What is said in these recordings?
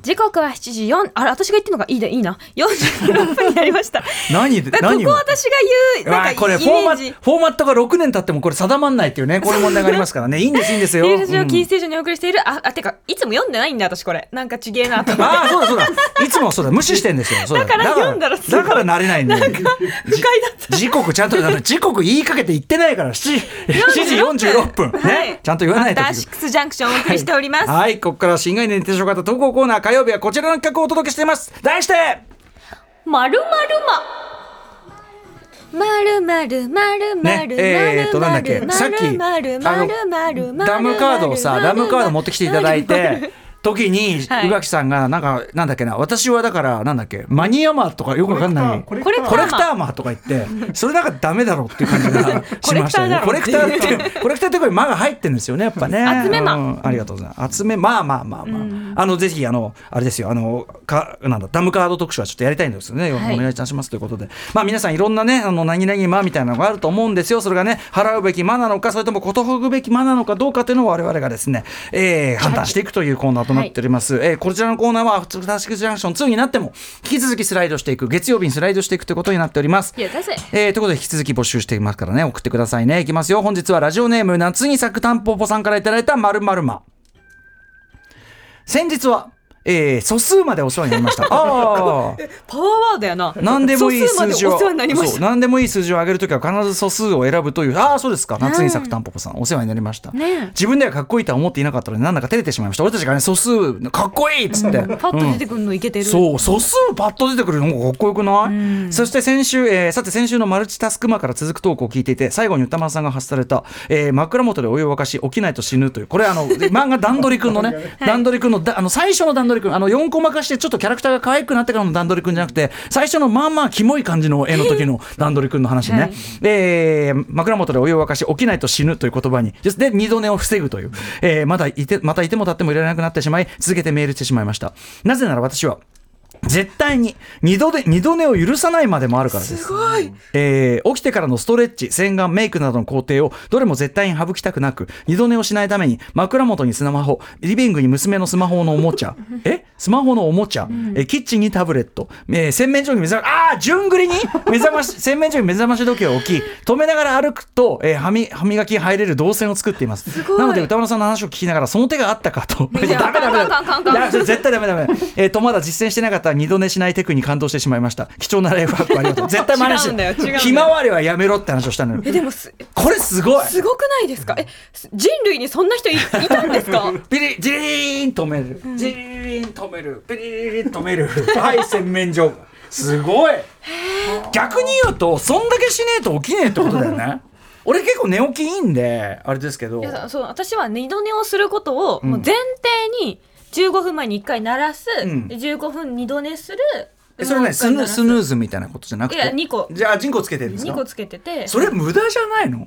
時刻は7時4あれ私が言ってるのがいいでいいな46分になりました何でだからこ何こを私が言ううわなんかこれイフォーメマーッジトフォーマットが6年経ってもこれ定まんないっていうねこれ問題がありま すからねいいんですいいんですよ、イルジうオんキーステーションにお送りしている、ああてかいつも読んでないんだ私これなんかちげえなと思ってああそうだそうだいつもそうだ無視してんですよそうだだから読んだらすごいだから慣れないんだよ不快だった時刻ちゃんとだから時刻言いかけて言ってないから7 7時46分ね、はいちゃんと言わないとアフターシックスジャンクションをお送りしております、はい、ここからは新概念提唱型投稿コーナー火曜日はこちらの企画をお届けしています題してまるまるま。まるまるまるまるまるまるねえーとなんだっけさっきまるまるまるまるダムカードをさまるまダるムカード持ってきていただいまるまるて時に宇はい垣さんがなんかなんだっけな私はだからなんだっけマニアマーとかよくわかんないコレクこれココレレククタターマーとか言ってそれなんかダメだろうっていう感じ がしましたよねココレレククタターーっだろうっててコレクターってこれ間が入ってるんですよねやっぱね 集め間うんありがとうございます集めまあまあまあまあ、あのぜひあのあれですよあのかなんだダムカード特集はちょっとやりたいんですよね、はいお願いいたしますということでまあ皆さんいろんなねあの何々間みたいなのがあると思うんですよそれがね払うべき間なのかそれともことほぐべき間なのかどうかというのを我々がですね、えー判断していくというコーナーとなっております、えーこちらのコーナーは「アフターシックスジャンクション2」になっても引き続きスライドしていく月曜日にスライドしていくということになっておりますいやだぜえーということで引き続き募集していますからね送ってくださいねいきますよ本日はラジオネーム夏に咲くタンポポさんからいただいた〇〇ま先日は、えー素数までお世話になりましたああパワーワードやな何でもいい数字素までをお世話になりまそうした何でもいい数字を上げるときは必ず素数を選ぶというああそうですか夏に咲くタンポポさんお世話になりました、ねえ自分ではかっこいいとは思っていなかったのでなんだか照れてしまいました俺たちがね素数かっこいいっつって、パッと出てくるのいけてるそう素数パッと出てくるのもかっこよくない、そして先週、えーさて先週のマルチタスクマから続くトークを聞いていて最後に歌丸さんが発された、えー枕元でお湯を沸かし起きないと死ぬというこれ あの漫画段取りくんのね段取りくんのだあの最初の段取りくんあの4コマ化してちょっとキャラクターが可愛くなってからの段取りくんじゃなくて最初のまあまあキモい感じの絵の時の段取りくんの話ね、はいえー枕元でお湯を沸かし起きないと死ぬという言葉にでで二度寝を防ぐという、えーまだいてまたいても立ってもいられなくなってしまい続けてメールしてしまいましたなぜなら私は絶対に二度で二度寝を許さないまでもあるからですごいえー起きてからのストレッチ洗顔メイクなどの工程をどれも絶対に省きたくなく二度寝をしないために枕元にスマホリビングに娘のスマホのお もちゃえスマホのおもちゃ、えーキッチンにタブレット、えー洗面所に目覚まああー順繰りに 目覚まし洗面所に目覚まし時計を置き止めながら歩くと、えー歯み歯磨き入れる動線を作っていますごいなので歌丸さんの話を聞きながらその手があったかとダメいや ダメダメカンカンカンカンいや絶対ダメダメ、えー、とまだ実践してなかった二度寝しないテクに感動してしまいました貴重なライフハックあり がとう絶対真似し違うんだよ違うんだよひまわりはやめろって話をしたのよえでもすこれすごいすごくないですかえす人類にそんな人いいたんです かピリジリーン止めるジリリーン止めるピリリリン止めるはい洗面所すごい逆に言うとそんだけしねえと起きねえってことだ よね俺結構寝起きいいんであれですけどいやそう私は二度寝をすることをもう前提に15分前に1回鳴らす、んで15分二度寝するえそれねスヌスーヌーズみたいなことじゃなくていや二個じゃあ人工つけてるんです2か個つけててそれ無駄じゃないの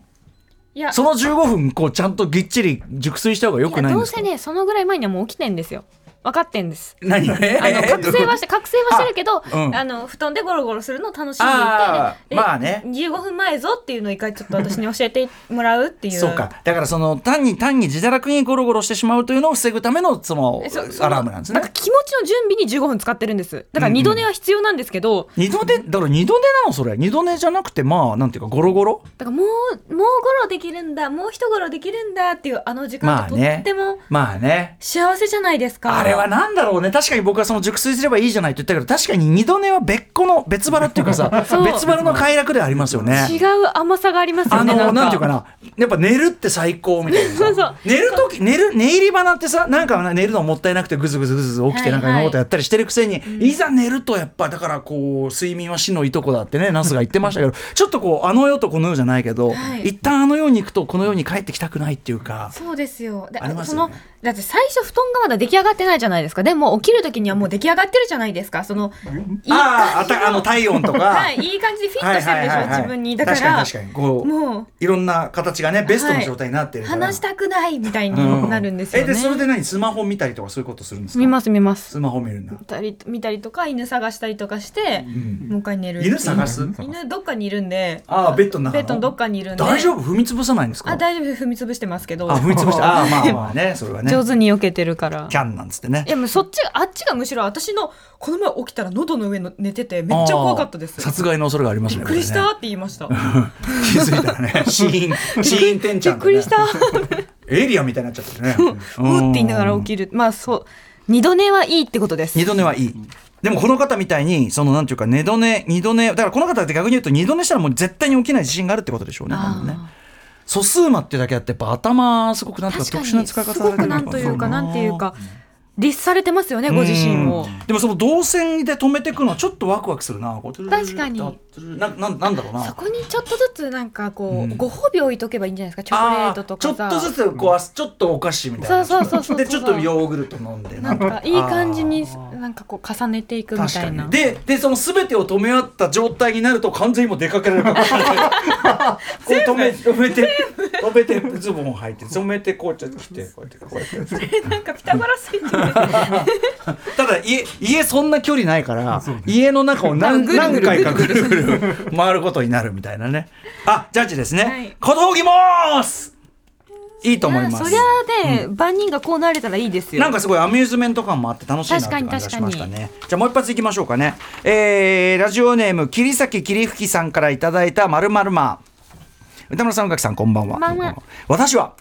いやその15分こうちゃんとぎっちり熟睡した方がよくないんですかいやどうせねそのぐらい前にはもう起きてんですよ分かってんです何あの覚醒はして覚醒はしてるけどああ、うんの布団でゴロゴロするのを楽しんでいてあーでまあね15分前ぞっていうのを一回ちょっと私に教えてもらうっていうそうかだからその単に単に自堕落にゴロゴロしてしまうというのを防ぐためのそのえそそアラームなんですねだから気持ちの準備に15分使ってるんですだから二度寝は必要なんですけど、二度寝だから二度寝なのそれ二度寝じゃなくてまあなんていうかゴロゴロだからもうもうゴロできるんだもう一ゴロできるんだっていうあの時ま間あととっねてもまあね幸せじゃないですか、あれはなんだろうね確かに僕はその熟睡すればいいじゃないと言ったけど確かに二度寝は別個の別腹っていうか さそう別腹の快楽ではありますよね違う甘さがありますよあねのななかんんていうかなやっぱ寝るって最高みたいなさそうそう寝る時寝る寝入り花ってさなんか寝るのもったいなくてぐずぐずぐずぐず起きてはなはいいんかいろんなことやったりしてるくせに、いざ寝るとやっぱだからこう睡眠は死のいとこだってねナスが言ってましたけどちょっとこうあの世とこの世じゃないけど、はい一旦あの世に行くとこの世に帰ってきたくないっていうかそうですよでありますそよのねだって最初布団がまだ出来上がってないじゃないですかでも起きる時にはもう出来上がってるじゃないですかそのいいああ感あじのたあの体温とか はい、いい感じでフィットしてるでしょ、自分にだから確かに確かにこうもういろんな形がねベストの状態になってるから、話したくないみたいにうんなるんですよね、えでそれで何スマホ見たりとかそういうことするんですか見ます見ますスマホ見るんだ見たり見たりとか犬探したりとかして、んもう一回寝る犬探す犬どっかにいるんでああベッドの中ベッドのどっかにいるんで大丈夫踏み潰さないんですかあ大丈夫踏み潰してますけど あ踏み潰してああまあまあねそれはね上手に避けてるからキャンなんつってってねい。やもうそっちがあっちがむしろ私のこの前起きたら喉の上の寝ててめっちゃ怖かったですあー殺害の恐れがありますびっね。くりしこれたねって言いました気づいたらね。 シーン、シーンてんちびゃっんくりしたエイリアンみたいになっちゃってるね。うって言いながら起きるまあそう二度寝はいいってことです二度寝はいい。でもこの方みたいに、そのなんていうか、二度寝、二度寝、だからこの方って逆に言うと、二度寝したらもう絶対に起きない自信があるってことでしょうね、多あ分ーね。素数魔ってだけあって、やっぱ頭、すごくなんていう確か、か特に殊な使い方すされごてくるなんというかななんていうか律されてますよねご自身をうんでもその動線で止めていくのはちょっとワクワクするな確かになななんだろうなそこにちょっとずつなんかこううんご褒美置いとけばいいんじゃないですかチョコレートとかあーちょさっとずつこうちょっとお菓子みたいなそうそうそうそうでちょっとヨーグルト飲んでなんかいい感じにあーなんかこう重ねていくみ確たかいなにででその全てを止め合った状態になると完全にもう出かけ られなくなるこれ止め止めて止めてズボンを履いて止めてこうやって来てこうやってこうやってそれなんかピタゴラスイッチただ家家そんな距離ないから、家の中を何ぐるぐ何る回かぐるぐる回ることになるみたいなねあジャッジですね、はい小峠もーすいいと思いますそりゃあね、万人がこうなれたらいいですよなんかすごいアミューズメント感もあって楽しいなって感じが確かしにましたねじゃあもう一発いきましょうかねえー、ラジオネーム桐崎霧吹きさんからいただいたまるまるま歌村さん宇垣さんこんばんはこんばんは私は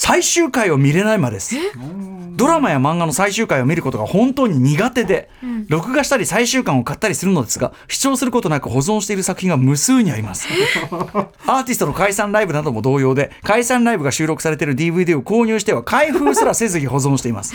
最終回を見れないまですドラマや漫画の最終回を見ることが本当に苦手で、録画したり最終巻を買ったりするのですが視聴することなく保存している作品が無数にありますアーティストの解散ライブなども同様で解散ライブが収録されている DVD を購入しては開封すらせずに保存しています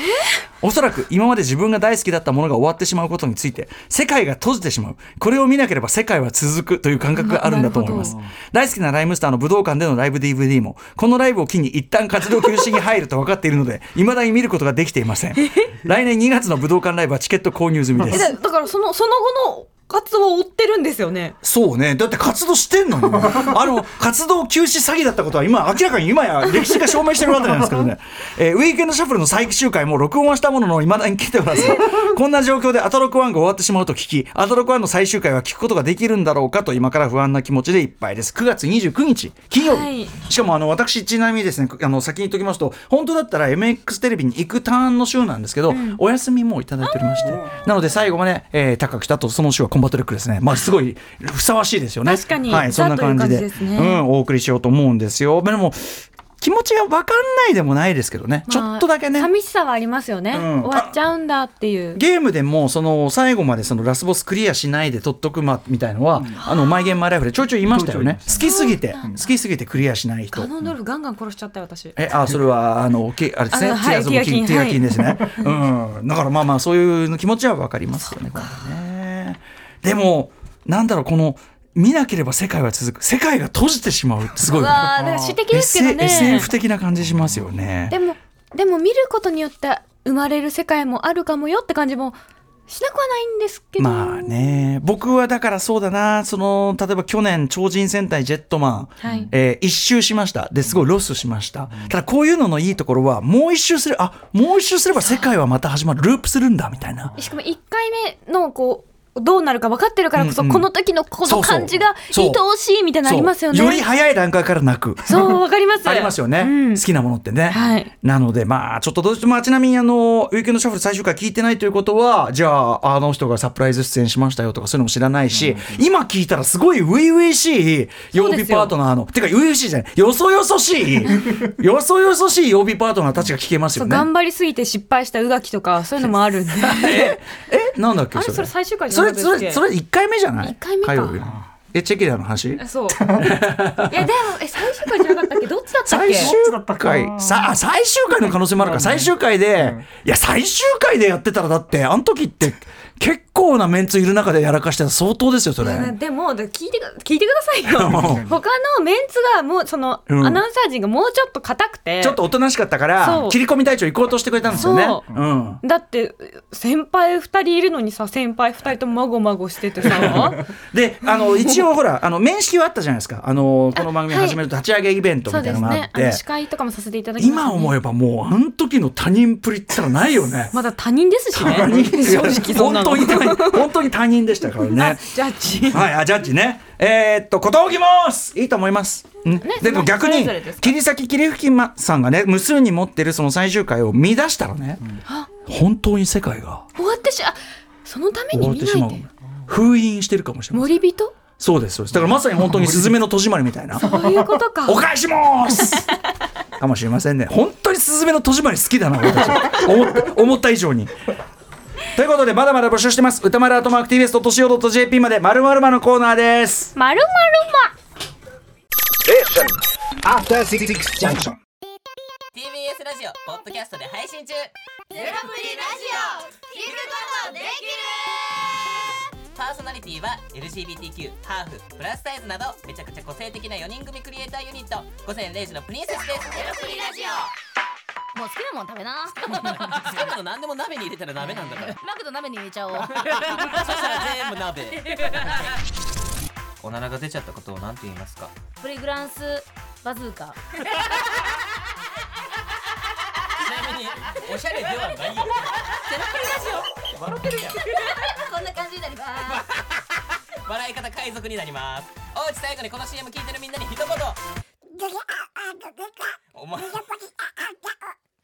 おそらく今まで自分が大好きだったものが終わってしまうことについて世界が閉じてしまうこれを見なければ世界は続くという感覚があるんだと思いますな大好きなライムスターの武道館でのライブ DVD もこのライブを機に一旦活動休止に入ると分かっているので未だに見ることができていません来年2月の武道館ライブはチケット購入済みでえすだだからそのその後の活動を追ってるんですよねそうね。だって活動して んのに。あの、活動休止詐欺だったことは今、明らかに今や歴史が証明してるわけなんですけ どね。えーウィークエンドシャッフルの最終回も録音はしたものの、未だに聞いて おらず、こんな状況でアトロクワンが終わってしまうと聞き、アトロクワンの最終回は聞くことができるんだろうかと今から不安な気持ちでいっぱいです。9月29日、金曜日。はいしかもあの私ちなみにですねあの先に言っときますと本当だったら MX テレビに行くターンの週なんですけど、お休みもいただいておりましてなので最後まで、えー、高木だとその週はコンバトルックですねまあすごいふさわしいですよね確かにはい、そんな感じでザという感じですねうん、お送りしようと思うんですよまあでも気持ちが分かんないでもないですけどね、ちょっとだけね寂しさはありますよね、うん終わっちゃうんだっていうゲームでもその最後までそのラスボスクリアしないで取っとくまみたいのは、あのマイゲームマイライフでちょいちょいいましたよね好きすぎて好きすぎてクリアしない人ガノンドルフガンガン殺しちゃったよ私えあそれはあのけあれですねあのはいティアーズもテティィアアキンキンです ね、うんだからまあまあそういう気持ちはわかりますよねこれねでもなんだろうこの見なければ世界は続く世界が閉じてしまうってすごういよねわーなんか詩的ですけど SF ね SF 的な感じしますよねでもでも見ることによって生まれる世界もあるかもよって感じもしなくはないんですけど、まあね僕はだからそうだなその例えば去年超人戦隊ジェットマン、はいえー一周しましたですごいロスしました、ただこういうののいいところはもう一周するあもう一周すれば世界はまた始まるループするんだみたいなしかも1回目のこうどうなるか分かってるからこそ、うんうんこの時のこそのうそう感じがそ愛うおしいみたいなのありますよねそうより早い段階から泣く。そうわかりますありますよね、うん好きなものってね、はいなのでまあちょっとどうしても、まあ、ちなみにあのウィークエンドシャッフル最終回聞いてないということはじゃああの人がサプライズ出演しましたよとかそういうのも知らないし、今聞いたらすごい初々しい曜日パートナーのてか初々しいじゃないよそよそしい よそよそしい曜日パートナーたちが聞けますそようね頑張りすぎて失敗した宇垣とかそういうのもあるんでええなんだっけあれそそれれ最終回じそゃなれいそれそれ1回目じゃない一回目か火曜日のえチェキリアの話そういやでもえ最終回じゃなかったっけどっちだったっ最け終どっちだった回かさあ最終回の可能性もあるから最終回で、いや最終回でやってたらだってあの時って結構なメンツいる中でやらかしてた相当ですよそれ。いやでもで聞いてく聞いてくださいよ うん他のメンツがもうその、うんアナウンサー陣がもうちょっと硬くてちょっとおとなしかったかそらう切り込み隊長行こうとしてくれたんですよね。そうんだって先輩2人いるのにさ先輩2人ともまごまごしてて さであの一応ほらあの面識はあったじゃないですかあのこの番組あはい始めると立ち上げイベントみそうたいですなのがあっねあて、の司会とかもさせていただきました、ね、。今思えばもうあの時の他人プリってたらないよねまだ他人ですしね他人正直そんな本の当に他人本当に他人でしたからね。ジャッジ はい、あ、ジャッジね。えーっと、小峠もーすいいと思います。うんでも逆にそれぞれですか切り裂き切り吹きさんがね無数に持ってるその最終回を見出したらね、あ本当に世界が終わってしあそのため終にわっ見てしなまいうで封印してるかもしれません森人そうですそうですだからまさに本当に「すずめの戸締まり」みたいなそういうことかお返しもーすかもしれませんね本当に「すずめの戸締まり」好きだな俺たち思った思った以上に。ということでまだまだ募集してます歌丸アートマーク TBS.CO.JP までまるまるまのコーナーですまるまる After Six Six Junction. TBS ラジオポッドキャストで配信中ゼロプリラジオ聞くことできるパーソナリティは LGBTQ ハーフプラスサイズなどめちゃくちゃ個性的な4人組クリエイターユニット午前0時のプリンセスですゼロプリラジオもう好きなもん食べな。好きなの何でも鍋に入れたら鍋なんだからマクド鍋に入れち ゃおう。 そしたら全部鍋おならが出ちゃったことを何て言いますかプリグランスバズーカ。ちなみにおしゃれではないよゼロプリラジオ笑ってるやんこんな感じになります。笑い方海賊になりますおうち最後にこの CM 聞いてるみんなに一言お前